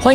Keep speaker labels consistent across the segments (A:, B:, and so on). A: 欢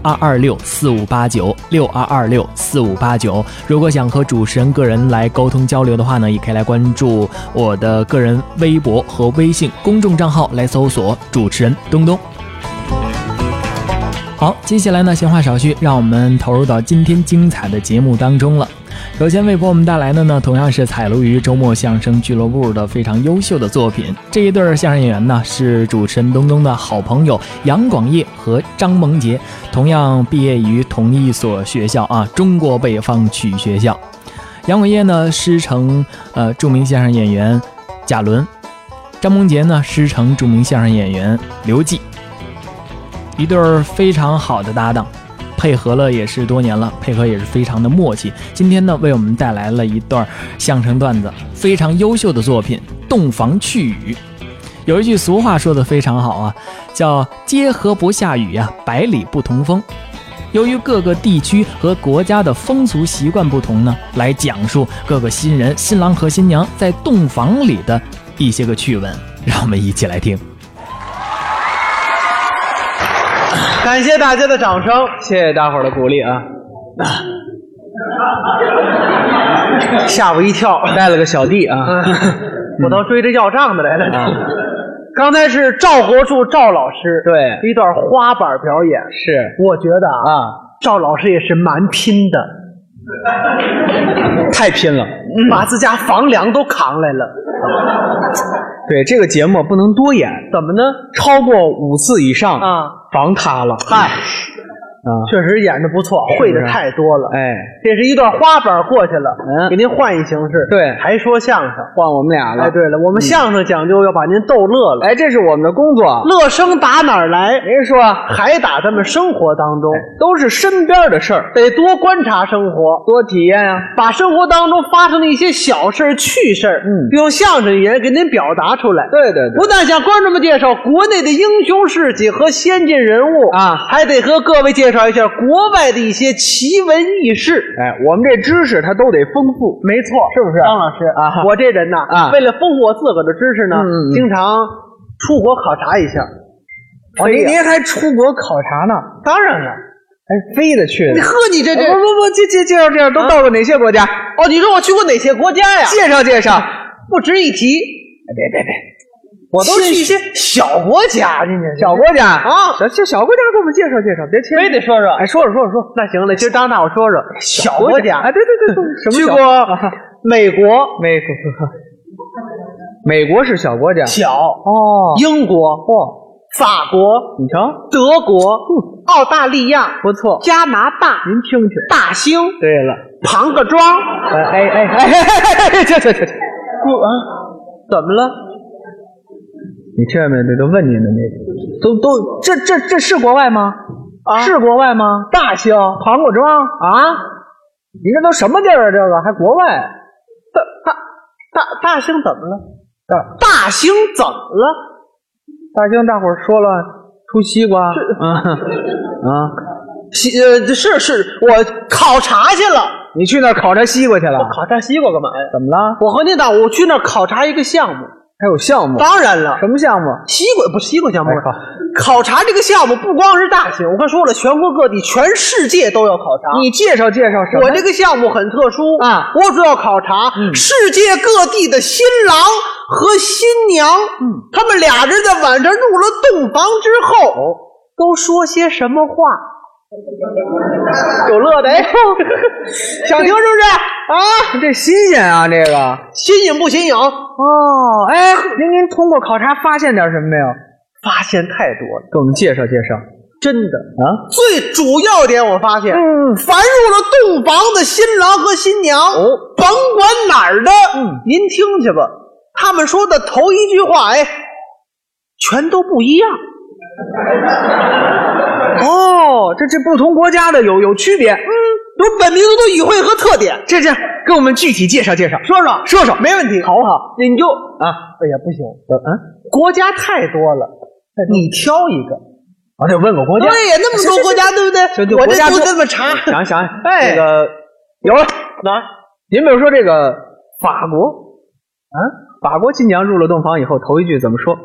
A: 二二六四五八九六二二六四五八九。如果想和主持人个人来沟通交流的话呢，也可以来关注我的个人微博和微信公众账号，来搜索主持人东东。好，接下来呢，闲话少叙，让我们投入到今天精彩的节目当中了。首先为朋友们带来的呢，同样是采录于周末相声俱乐部的非常优秀的作品。这一对儿相声演员呢，是主持人东东的好朋友杨广业和张萌杰，同样毕业于同一所学校啊，中国北方曲艺学校。杨广业呢，师承呃著名相声演员贾伦，张萌杰呢，师承著名相声演员刘季。一对儿非常好的搭档，配合了也是多年了，配合也是非常的默契。今天呢，为我们带来了一段相声段子，非常优秀的作品《洞房去雨》。有一句俗话说的非常好啊，叫“街河不下雨呀、百里不同风”。由于各个地区和国家的风俗习惯不同呢，来讲述各个新人、新郎和新娘在洞房里的一些个趣闻，让我们一起来听。
B: 感谢大家的掌声，谢谢大伙儿的鼓励啊！ 吓我一跳，带了个小弟啊，
C: 嗯
B: 我都追着要账的来了。
C: 啊
B: 刚才是赵国柱赵老师
C: 对
B: 一段花板表演，
C: 是
B: 我觉得啊，
C: 啊，
B: 赵老师也是蛮拼的，
C: 太拼了。
B: 嗯把自家房梁都扛来了，
C: 对这个节目不能多演，
B: 怎么呢？
C: 超过五次以上
B: 啊，
C: 房塌了。
B: 嗨，
C: 啊，
B: 确实演的不错，
C: 是不
B: 会
C: 是
B: 的太多了。
C: 哎，
B: 这是一段花板过去了，
C: 嗯
B: 给您换一形式，
C: 对
B: 还说相声。
C: 换我们俩了。嗯
B: 哎，对了，我们相声讲究要把您逗乐了，
C: 哎，这是我们的工作。
B: 乐声打哪儿来？
C: 您说啊，哎
B: 还打咱们生活当中，
C: 都是身边的事儿，
B: 得多观察生活，
C: 多体验呀、
B: 把生活当中发生的一些小事儿、趣事儿，
C: 嗯
B: 用相声演员给您表达出来。
C: 对对对
B: 不，但向观众们介绍国内的英雄事迹和先进人物
C: 啊
B: 还得和各位介绍一下国外的一些奇闻异事。
C: 哎，我们这知识它都得丰富。
B: 没错，
C: 是不是
B: 张老师
C: 啊
B: 我这人呐，
C: 啊
B: 为了丰富我自个儿的知识呢，
C: 嗯嗯嗯
B: 经常出国考察一下。
C: 您
B: 哎呀
C: 您还出国考察呢？
B: 当然了，
C: 哎，飞着去的。
B: 你呵，你这
C: 不
B: 这啊
C: 不不，介介介绍介绍，都到过哪些国家？
B: 哦，你说我去过哪些国家呀？
C: 介绍介绍。
B: 不值一提，
C: 别别别，
B: 我都去一些
C: 信
B: 小国家，您这
C: 小国家
B: 啊
C: 小小小国家给我们介绍介绍，别谦虚。
B: 非得说说
C: 哎，说说说说。
B: 那行了，今儿张大我说说小国家，
C: 哎，对 对对，对什么
B: 去
C: 小啊
B: 过美国
C: 美国， 美国是小国家
B: 小，
C: 哦
B: 英国
C: 哦，
B: 法国、
C: 你瞧，
B: 德国、澳大利亚、
C: 不错，
B: 加拿大、
C: 您听听。
B: 大兴、
C: 对 了，
B: 庞各庄，
C: 哎哎哎哎哎，这这这这，
B: 不啊，怎么了？
C: 你听见没？这都问您的那，都都，这这这是国外吗？是国外吗？
B: 大兴
C: 庞各庄啊？你这都什么地儿啊？这个还国外？
B: 大大大大兴怎么了？啊
C: 大
B: 大兴怎么了？
C: 大兴，大伙儿说了，出西瓜，啊啊，
B: 西呃，这是是我考察去了。
C: 你去那儿考察西瓜去了？
B: 考察西瓜干嘛呀？
C: 怎么了？
B: 我和你党，我去那儿考察一个项目。
C: 还有项目？
B: 当然了
C: 什，么项目？
B: 西瓜不是西瓜项目
C: 哎好，
B: 考察这个项目不光是大型，我刚说了，全国各地、全世界都要考察。
C: 你介绍介绍什么？
B: 我这个项目很特殊
C: 啊
B: 我主要考察世界各地的新郎和新娘，他们俩人在晚上入了洞房之后，都说些什么话。有乐的，哎呦 想听是不是啊？
C: 这新鲜啊，这个
B: 新颖不新颖？
C: 哦，哎，您您通过考察发现点什么没有？
B: 发现太多了，
C: 给我们介绍介绍
B: 真的。
C: 啊？
B: 最主要点我发现，
C: 嗯
B: 凡入了洞房的新郎和新娘，
C: 哦嗯
B: 甭管哪儿的，您听去吧，他们说的头一句话，哎，全都不 一样。
C: 哦，这这不同国家的有有区别，
B: 嗯，有本民族的语汇和特点，
C: 这这给我们具体介绍介绍。
B: 说说
C: 说说
B: 没问题，好不好？你就
C: 啊，
B: 哎呀，不行，
C: 嗯，
B: 国家太多了，你挑一个。
C: 我得问个国
B: 对
C: 家。
B: 呀，那么多国家，对不
C: 行
B: 对？
C: 行
B: 我
C: 国
B: 这
C: 家嗯
B: 都
C: 多
B: 这么查，
C: 想想，
B: 哎
C: 这个有了。
B: 哪？
C: 您比如说这个法国，啊，法国新娘入了洞房以后，头一句怎么说？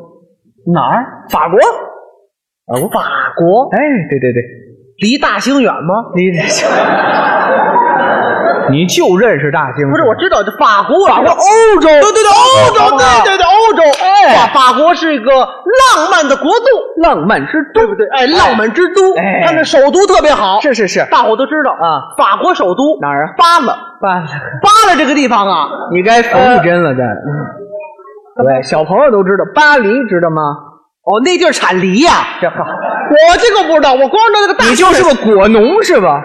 B: 哪儿？法国？
C: 法国，
B: 啊法国
C: 哎，对对对，
B: 离大兴远吗？
C: 你这 你就认识大兴？
B: 不是，我知道这法国，
C: 法国
B: 欧
C: 欧洲，
B: 对对对，欧洲，对对对，欧洲，
C: 哎
B: 法法国是一个浪漫的国度，
C: 浪漫之都，
B: 对不对？哎，浪漫之都，
C: 哎
B: 它的首都特别好，
C: 是是是，
B: 大伙都知道啊。法国首都
C: 哪儿啊？嗯
B: 巴勒，
C: 办了，
B: 巴勒这个地方啊，
C: 你该缝一针了再。啊对，小朋友都知道，巴黎知道吗？
B: 哦，那地儿产梨呀，
C: 这好，
B: 我这个不知道，我光知道那个大。
C: 你就是个果农是 吧？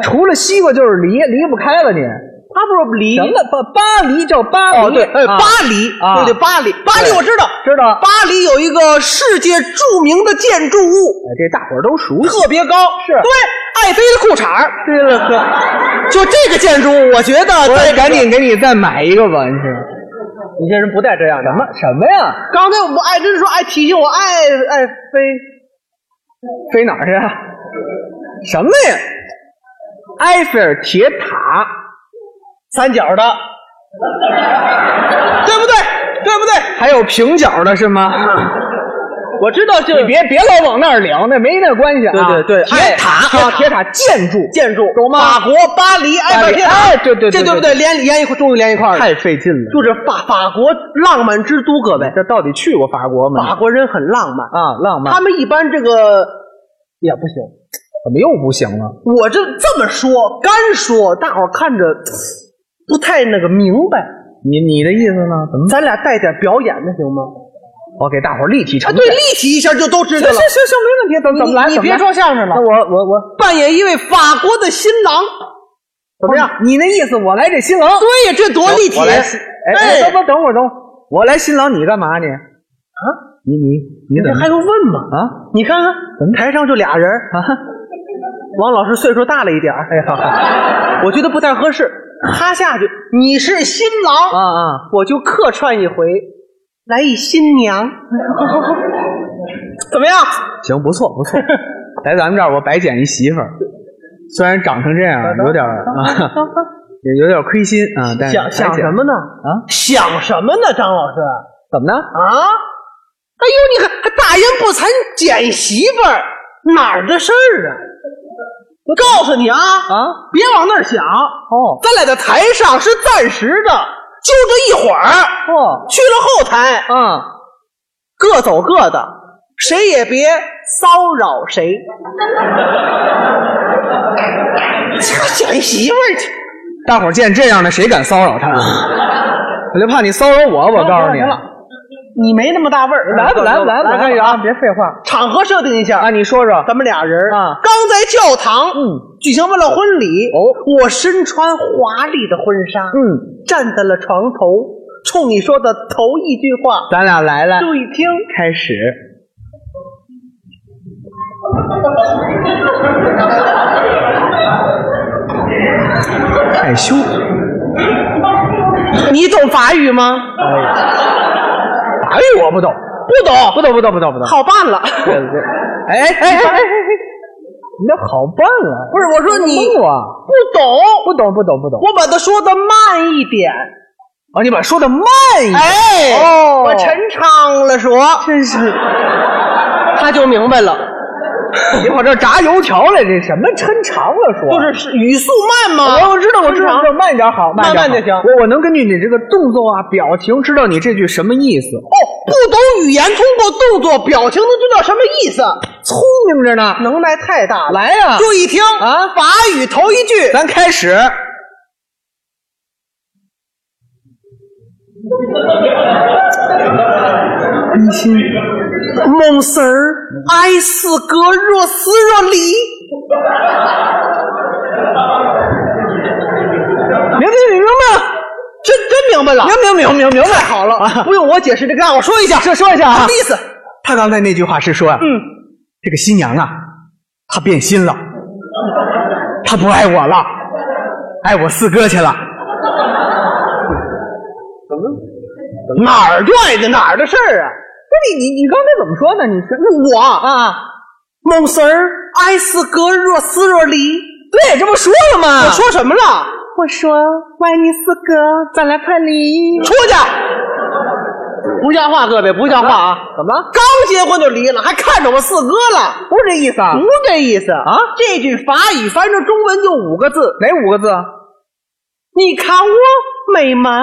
C: 除了西瓜就是梨，离不开了你。
B: 他不是梨
C: 什么巴巴黎叫巴黎？
B: 哦，对，哎，
C: 啊
B: 巴黎，
C: 啊
B: 对对，巴黎，巴黎
C: 对
B: 我知道，
C: 知道，
B: 巴黎有一个世界著名的建筑物，
C: 哎这大伙儿都熟悉。
B: 特别高，
C: 是
B: 对，爱妃的裤衩儿
C: 对了呵，
B: 就这个建筑物，我觉得
C: 我
B: 在
C: 哎赶紧给你再买一个吧，你是
B: 你这人不带这样
C: 什。么什么呀？
B: 刚才我爱真说爱提醒我爱爱妃，
C: 飞哪儿去啊？什么呀？埃菲尔铁塔。
B: 三角的， 对不对？对不对？
C: 还有平角的是吗？
B: 我知道这
C: 你别别老往那儿聊，那没那关系啊。
B: 对对对
C: 铁塔
B: 哎
C: 啊，铁塔建筑
B: 建筑，
C: 懂吗
B: 法国巴黎埃菲尔铁塔，
C: 哎对对对
B: 啊这对不对？连连一块，终于连一块儿了。
C: 太费劲了。
B: 就是法法国浪漫之都，各位，
C: 这到底去过法国
B: 法
C: 吗？
B: 国人很浪漫，
C: 啊，浪漫
B: 他们一般这个也不行。
C: 怎么又不行了？
B: 我这这么说，干说，大伙儿看着不太那个明白。
C: 你你的意思呢？怎么？
B: 咱俩带点表演的行吗？
C: 我哦给大伙儿立体
B: 啊，
C: 呈
B: 对，
C: 现。
B: 立体一下就都知道
C: 行行。
B: 了
C: 行行，没问题。怎么怎么来？
B: 你你
C: 怎么来
B: 别说相声了
C: 那我我我
B: 扮演一位法国的新郎，怎么样？？
C: 你那意思我来这新郎？
B: 对呀，这多立体！
C: 我来新。哎哎，等等等会儿等会儿，我来新郎你干嘛你？啊？你你你怎
B: 这
C: 么
B: 还用问吗？
C: 啊？
B: 你看看
C: 怎么，
B: 台上就俩人啊。王老师岁数大了一点儿，
C: 哎呀，
B: 我觉得不太合适。他下去，你是新郎，
C: 啊啊！
B: 我就客串一回，来一新 娘，怎么样？
C: 行，不错不 错。来咱们这儿，我白捡一媳妇儿，虽然长成这样，有点儿啊，也有点亏心啊，但是
B: 想想
C: 白捡
B: 什么呢？
C: 啊？
B: 想什么呢，张老师？
C: 怎么呢？
B: 啊？哎呦，你看还大言不惭捡媳妇儿，哪儿的事儿啊？我告诉你啊，
C: 啊，
B: 别往那儿想，
C: 哦
B: 咱俩在台上是暂时的，就这一会儿，
C: 哦，
B: 去了后台，
C: 啊，
B: 各走各的，谁也别骚扰谁。 这捡媳妇儿去，
C: 大伙儿见这样的，谁敢骚扰他？啊 我就怕你骚扰我，我告诉你
B: 行，了，你没那么大味儿，
C: 来吧来吧来吧，
B: 来吧
C: 啊，别废话
B: 场合设定一下
C: 啊，你说说
B: 咱们俩人
C: 啊
B: 刚在教堂，
C: 嗯，
B: 举行完了婚礼，
C: 哦，
B: 我身穿华丽的婚纱，
C: 嗯，
B: 站在了床头，冲你说的头一句话，
C: 咱俩来来，
B: 注意听，
C: 开始。 害羞，哎
B: 你懂法语吗？
C: 法语我不懂，
B: 不懂，
C: 不懂，不懂，不懂，不懂。
B: 好办了，
C: 对，对对哎哎哎哎哎哎，你这好笨啊！
B: 不是我说你
C: 蒙我
B: 不懂，
C: 啊不懂不懂不懂
B: 我把它说的慢一点。
C: 哦，你把说的慢一点，
B: 哎，
C: 嗯哦
B: 我陈昌了说，
C: 真是
B: 他就明白了，
C: 你哎跑这儿炸油条来，这什么抻长了说？啊
B: 就是是语速慢
C: 我
B: 嘛。
C: 哦我知道，我知道
B: 正，常
C: 慢点好，慢点好
B: 慢慢就行
C: 我我能根据你这个动作啊、表情，知道你这句什么意思。
B: 哦，不懂语言，通过动作、表情能知道什么意思，
C: 聪明着呢，
B: 能耐太大了。
C: 来呀、
B: 注意听
C: 啊
B: 法语头一句，
C: 咱开始。一心，
B: 蒙 Sir 埃斯格热斯热里，
C: 明白明白吗？
B: 真真明白了，
C: 明明明明明白
B: 好了，
C: 啊
B: 不用我解释这个，让我说一下，
C: 这说一下啊
B: 什么，意思？
C: 他刚才那句话是说啊，
B: 嗯，
C: 这个新娘啊，她变心了，她不爱我了，爱我四哥去了。
B: 哪儿对的哪儿的事儿啊？
C: 不是你你你刚才怎么说呢？你
B: 我啊，蒙 Sir 埃斯格热斯热里，
C: 对，这不说了吗？
B: 我说什么了？
C: 我说，我爱你四哥，咱俩拍离。
B: 出去！不像话，各位不像话啊！
C: 怎么了？
B: 刚结婚就离了，还看着我四哥了，
C: 不是这意思啊
B: 不这意思啊！这句法语翻译成中文就五个字，
C: 哪五个字？啊
B: 你看我 美吗？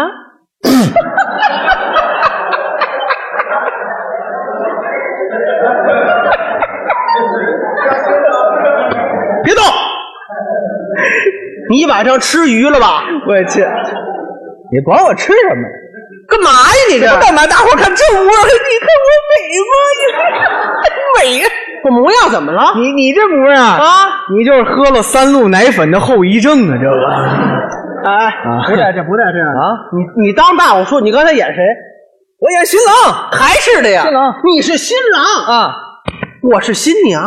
B: 别动！你晚上吃鱼了吧？
C: 我去，你管我吃什么？
B: 干嘛呀？你这
C: 我干嘛？大伙儿看这 模样，你看我美吗？你美呀！
B: 我模样怎么了？
C: 你你这模样啊，
B: 啊！
C: 你就是喝了三鹿奶粉的后遗症啊！这个
B: 哎，
C: 不带这，不带这样啊！
B: 你当大我说，你刚才演谁？
C: 我演新郎
B: 还是的呀，
C: 新郎
B: 你是新郎，
C: 啊，
B: 我是新娘，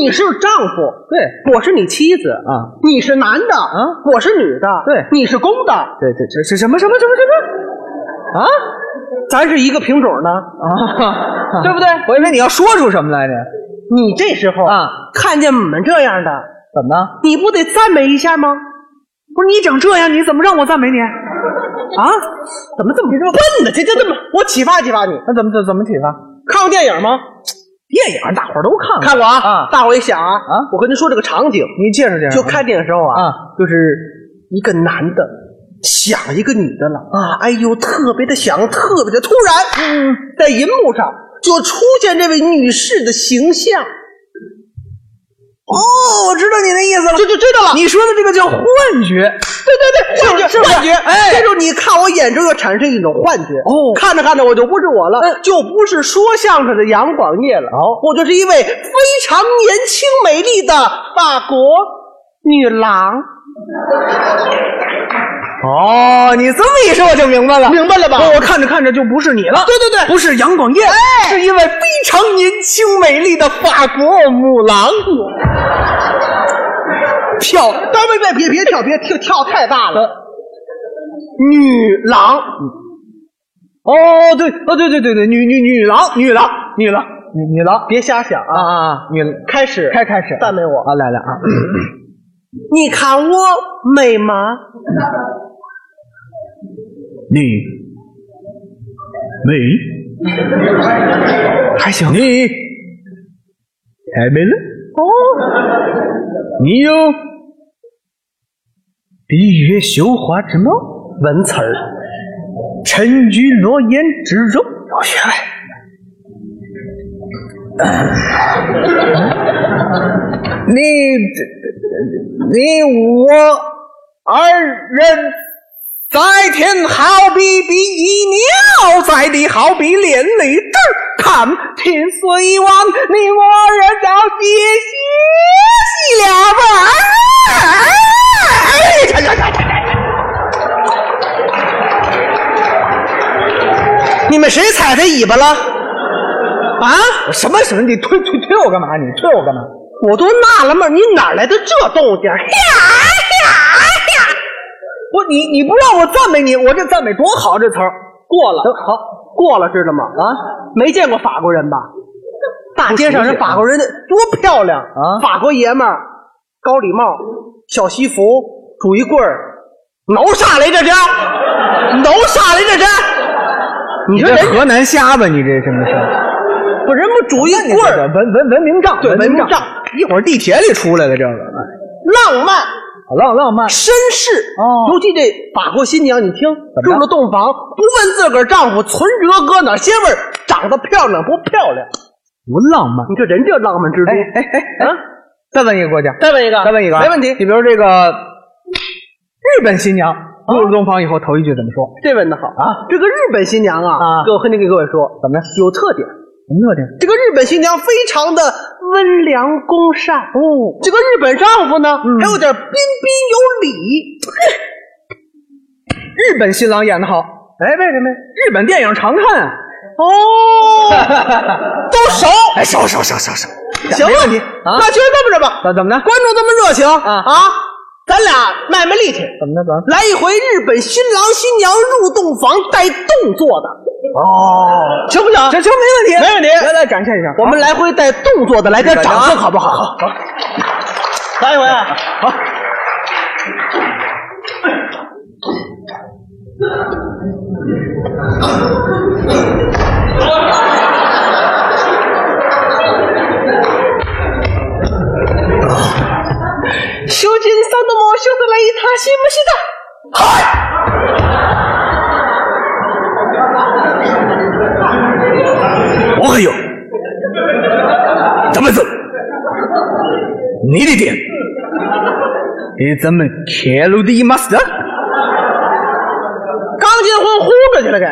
B: 你是丈夫，
C: 对
B: 我是你妻子
C: 啊，
B: 你是男的啊我是女的，
C: 对
B: 你是公的，
C: 对对，这这什么什么什么什么啊？
B: 咱是一个品种的，
C: 啊，
B: 对不对
C: 我以为你要说出什么来着？
B: 你这时候
C: 啊，
B: 看见我们这样的，
C: 怎么了？
B: 你不得赞美一下吗？不是你整这样，你怎么让我赞美你？啊，怎么这么笨呢？这这这么，我启发启发你，
C: 那怎么怎怎么启发？
B: 看过电影吗？
C: 电影大伙儿都看过，
B: 看过啊
C: 啊
B: 大伙儿一想啊
C: 啊
B: 我跟您说这个场景，
C: 你介绍介绍。
B: 就看电影时候啊，
C: 啊
B: 就是一个男的想一个女的了啊，哎呦，特别的想，特别的突然，嗯，在银幕上就出现这位女士的形象，
C: 哦，我知道你的意思了。
B: 就就知道了。
C: 你说的这个叫幻觉，
B: 对对对，幻觉，
C: 是不是
B: 幻觉，
C: 哎
B: 这时候你看我眼中又产生一种幻觉，
C: 哦嗯
B: 看着看着我就不是我了，就不是说相声的杨广业了，
C: 哦
B: 我就是一位非常年轻美丽的法国女郎。
C: 哦，你这么一说我就明白了，
B: 明白了吧
C: 哦我看着看着就不是你了，
B: 对对对，哎
C: 不是杨广业，是一位非常年轻美丽的法国母狼。
B: 跳，别别别别跳，别跳跳太大了。女郎，
C: 哦，对，哦，对对对对，女女女郎，女郎，女郎，女女郎，
B: 别瞎想啊！
C: 啊啊，女
B: 开始，
C: 开开始
B: 赞美我。
C: 啊，来来啊，
B: 你看我美吗？
D: 你美
C: 还行，你太美了哦，你有闭月羞花之貌，文词儿，沉居落雁之容，有学问。你你我二人在天好比比翼鸟，在地好比连理枝。看天虽晚，你我人早歇息了吧。
B: 你们谁踩他尾巴了？啊！
C: 什么什么？你推推推我干嘛？你推我干嘛？
B: 我都纳了闷，你哪来的这动静？
C: 不，你你不让我赞美你，我这赞美多好，这词儿
B: 过了，
C: 嗯好
B: 过了，知道吗？啊，没见过法国人吧？大街上人法国人多漂亮啊！法国爷们儿，高礼帽，小西服，拄一棍儿，挠啥来这是？挠啥来这是？
C: 你
B: 你说
C: 这
B: 人
C: 河南瞎子，你这真的是
B: 不人不拄一棍儿，
C: 文文文明障，
B: 对文明障，
C: 一会儿地铁里出来的这个，哎
B: 浪漫
C: 好浪浪漫，
B: 绅士
C: 哦
B: 尤其这法国新娘，你听
C: 么
B: 入
C: 着
B: 了洞房，不问自个儿丈夫存折搁哪儿，媳妇儿长得漂亮不漂亮？
C: 不浪漫。
B: 你这人就浪漫之都
C: 哎哎哎
B: 啊！
C: 再问一个国家，
B: 再问一个，
C: 再问一个啊，
B: 没问题啊
C: 你。比如这个日本新娘入了洞房以后头一句怎么说？
B: 这问的好
C: 啊！
B: 这个日本新娘啊，
C: 啊
B: 各位我和您给各位说，
C: 怎么
B: 有特点？
C: 什么特点？
B: 这个日本新娘非常的温良恭善哦，这个日本丈夫
C: 嗯
B: 呢，还有点彬彬有礼。
C: 日本新郎演的好，哎，为什么呀？日本电影常看啊。
B: 哦，都熟。
C: 哎，少少少少少，
B: 行了，你
C: 啊
B: 那就这么着吧，
C: 怎怎么的？
B: 观众这么热情
C: 啊
B: 咱俩卖卖力气，
C: 怎么的？怎么的？
B: 来一回日本新郎新娘入洞房带动作的，
C: 哦，
B: 行不行？
C: 这这没问题，
B: 没问题
C: 来来展现一下，
B: 我们来回带动作的，来点掌
C: 好
B: 声好不好？好，来一回啊，好。修金三的毛修得来一塌西不西的。
C: 我 还有，怎么走？你的点， 你怎么开路的一码事？
B: 刚结婚呼着去了，给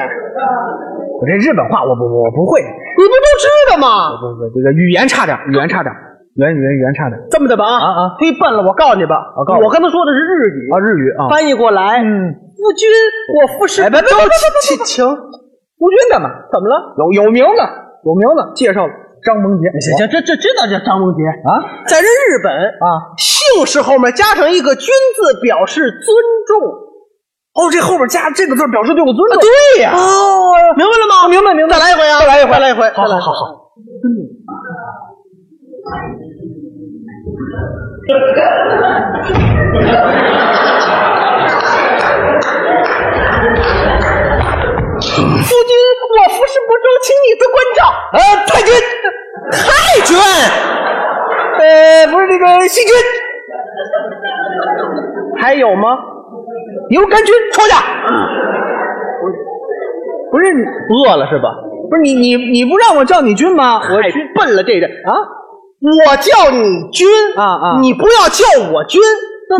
C: 我这日本话我不我不会，
B: 你不都知道吗？
C: 不不，这个语言差点，语言差点，语言语言语言差点
B: 这么的吧啊
C: 啊啊
B: 忒笨了，我告诉你吧，
C: 我告诉你
B: 我刚才说的是日语
C: 啊，日语啊，
B: 翻译过来，
C: 嗯，
B: 夫君或夫士
C: 哎别别
B: 都
C: 别别
B: 亲情，
C: 夫君干嘛？
B: 怎么了？
C: 有有名字，有名字，介绍了张萌杰，
B: 这这这这知道叫张梦杰
C: 啊
B: 在这日本啊，
C: 啊，
B: 姓氏后面加上一个“君”字，表示尊重。
C: 哦，这后边加这个字表示对我尊重，
B: 对呀
C: 哦，
B: 明白了吗？明白明白。再来一回啊！再来一回，再来一回，
C: 好好好
B: 好。夫君，我服侍不周，请你多关照。
C: 呃，太君，
B: 太君，
C: 呃，不是这个细菌，
B: 还有吗？
C: 有杆菌，出去。不是你，
B: 饿了是吧？
C: 不是你，你你不让我叫你君吗？我
B: 太笨了，这人
C: 啊，
B: 我叫你君
C: 啊啊
B: 你不要叫我君，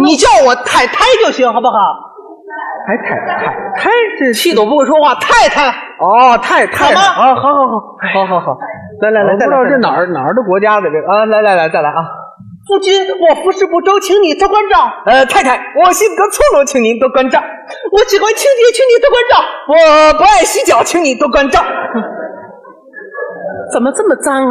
B: 你叫我太太就行，好不好？
C: 还太太太这
B: 气都不会说话，太太，
C: 哦，太太
B: 好吗
C: 啊，好好好，好好好，来来来，
B: 我不
C: 不知道
B: 知道这
C: 这
B: 哪
C: 哪儿哪儿的国家的这个啊，来来来，再来啊，
B: 夫君，我服侍不周，请你多关照。
C: 呃，太太，我性格粗鲁，请您多关照。
B: 我喜欢清洁，请你多关照。
C: 我不爱洗脚，请你多关照。
B: 怎么这么脏啊？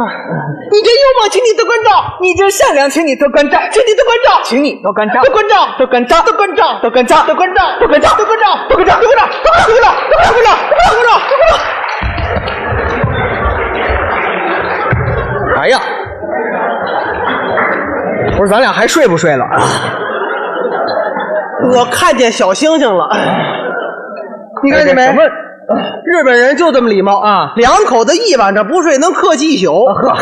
B: 你这幽默，请你多关照。
C: 你这善良，请你多关照。
B: 请你多关照，
C: 请你多关照
B: 多关照，
C: 多关照
B: 多关照，
C: 多关照
B: 多关照，多关照，多关照，多关照，多关照，多关照，多关照，多关照，多关照。
C: 哎呀，不是咱俩还睡不睡了？
B: 我看见小星星了，你看见没？
C: 什么
B: 日本人就这么礼貌
C: 啊
B: 两口子一晚上不睡能客气一宿，
C: 多耽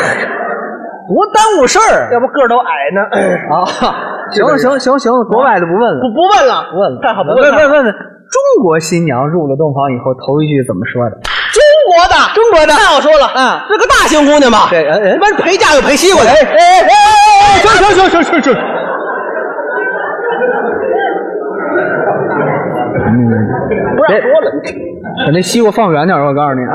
C: 误事儿
B: 要不个儿都矮呢。
C: 啊！行了行了行了行了，国外的不问
B: 不
C: 了，
B: 不问了，
C: 不问了，
B: 太好，不
C: 问
B: 了。
C: 问问问，中国新娘入了洞房以后头一句怎么说的？
B: 中国的，中国的，太好说了，嗯，这个大型姑娘嘛，
C: 对哎哎
B: 一般陪嫁就陪西瓜去。哎哎哎哎，行行行行行行，不让说了，
C: 把那西瓜放远点儿，我告诉你啊，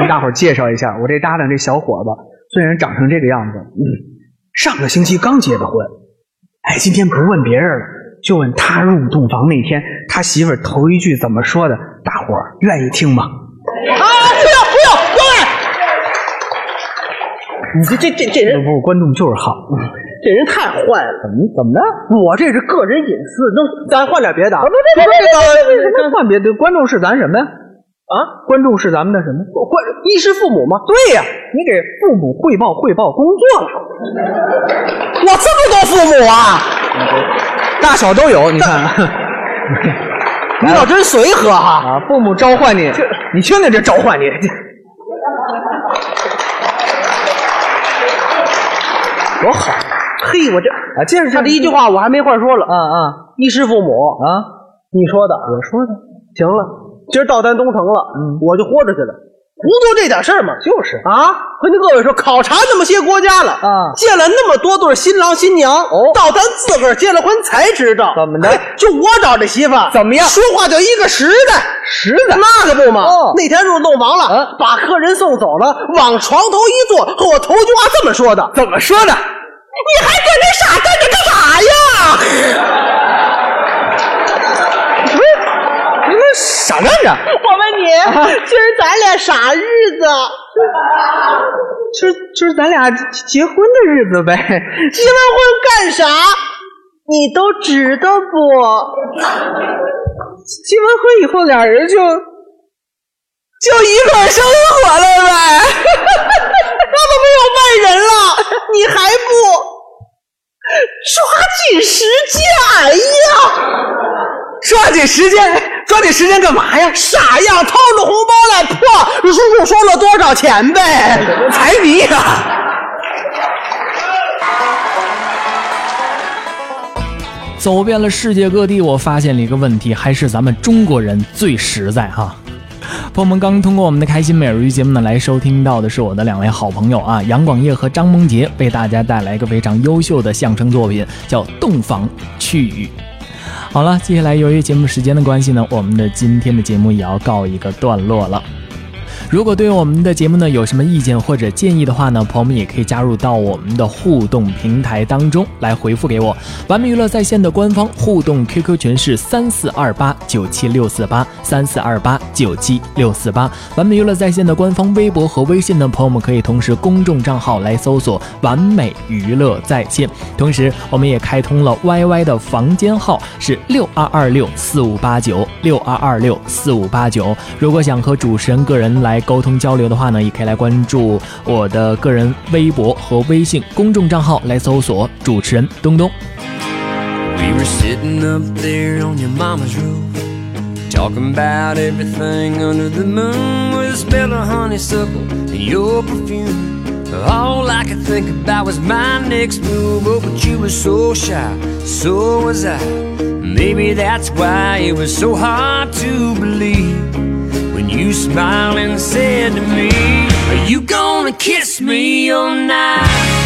C: 跟大伙儿介绍一下，我这搭档这小伙子虽然长成这个样子，嗯，上个星期刚结的婚，哎，今天不问别人了，就问他入洞房那天他媳妇儿头一句怎么说的，大伙儿愿意听吗？
B: 啊，不要不要，各位，你这这这这
C: 这
B: 人
C: 不是观众就是好，嗯
B: 这人太坏了。
C: 怎么怎么的？
B: 我这是个人隐私，能咱换点别的啊？
C: 啊
B: 就这个
C: 什么换别的？观众是咱什么呀？
B: 啊，
C: 观众是咱们的什么？
B: 关衣食父母嘛。
C: 对呀、你给父母汇报汇报工作了。
B: 我这么多父母啊，
C: 大小都有，你看
B: 你倒真随和哈、
C: 啊，父母召唤你，你听听这召唤你，多好
B: 嘿，我这
C: 啊！接着
B: 他的一句话我还没话说了
C: 啊。啊
B: 衣食父母，
C: 啊，
B: 你说的，
C: 我说的
B: 行了，今儿到咱东城了，
C: 嗯
B: 我就豁出去了，不就这点事儿吗？
C: 就是
B: 啊，和您各位说，考察那么些国家了
C: 啊
B: 见了那么多对新郎新娘，哦到咱自个儿结了婚才知道
C: 怎么的
B: 嘿就我找这媳妇儿
C: 怎么样
B: 说话就一个实在，
C: 实在
B: 那可不嘛。
C: 哦
B: 那天入洞房了，
C: 嗯
B: 把客人送走了，往床头一坐，和我头一句话这么说的：
C: 怎么说的？
B: 你还跟那傻站着干啥呀？
C: 你们傻站着，啊
B: 我问你，今儿咱俩啥日子？
C: 就是就是咱俩结婚的日子呗。
B: 结完婚干啥？你都知道不？
C: 结完婚以后，俩人就就一块儿生活了呗。
B: 那都没有外人了，你还不抓紧时间？哎呀，
C: 抓紧时间，抓紧时间干嘛呀？
B: 傻样，掏出红包来破，叔叔收了多少钱呗？
C: 财迷啊！
A: 走遍了世界各地，我发现了一个问题，还是咱们中国人最实在哈、朋友们，刚通过我们的开心每日鱼节目呢，来收听到的是我的两位好朋友啊，杨广业和张梦杰为大家带来一个非常优秀的相声作品，叫《洞房趣语》。好了，接下来由于节目时间的关系呢，我们的今天的节目也要告一个段落了。如果对我们的节目呢有什么意见或者建议的话呢，朋友们也可以加入到我们的互动平台当中来回复给我。完美娱乐在线的官方互动 QQ 群是三四二八九七六四八三四二八九七六四八。完美娱乐在线的官方微博和微信呢，朋友们可以同时公众账号来搜索“完美娱乐在线”。同时，我们也开通了 YY 的房间号是六二二六四五八九六二二六四五八九。如果想和主持人个人来沟通交流的话呢，也可以来关注我的个人微博和微信公众账号，来搜索主持人东东。
E: We were sitting up there on your mama's roof, talking about everything under the moon. With the smell of honeysuckle and your perfume. All I could think about was my next move. Oh, but you were so shy, so was I. Maybe that's why it was so hard to believe when you smiled and said to me, Are you gonna kiss me all night?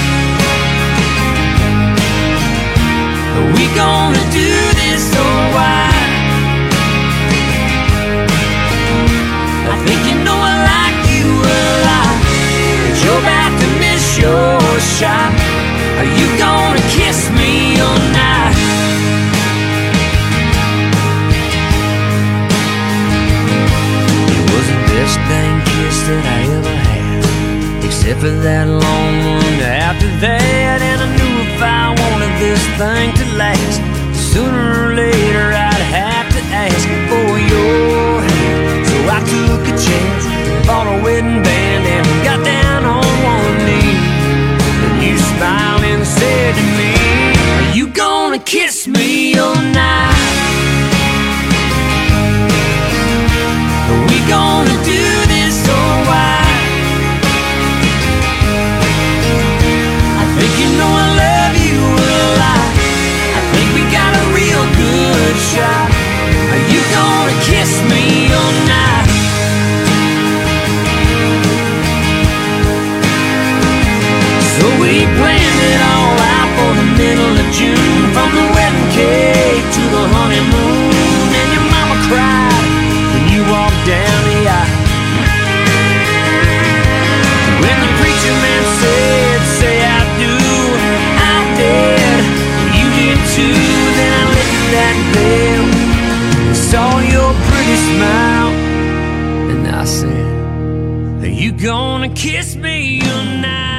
E: We gonna do this or what? I think you know I like you a lot. But you're about to miss your shot. Are you gonna kiss me or not? It was the best dang kiss that I ever had. Except for that long one after that And I knew if I wanted this thing to last Sooner or later I'd have to ask for your hand So I took a chance Bought a wedding band And got down on one knee And you smiled and said to me Are you gonna kiss me or not? Are we gonna do this or what? I think you know I love you a lot. I think we got a real good shot. Are you gonna kiss me or not? So we planned it all out for the middle of June. From the wedding cake to the honeymoon. And your mama cried when you walked down the aisle. When the preacher man said, say I do, I did, you did too. Then I looked at that veil, and saw your pretty smile, and I said, Are you gonna kiss me or not?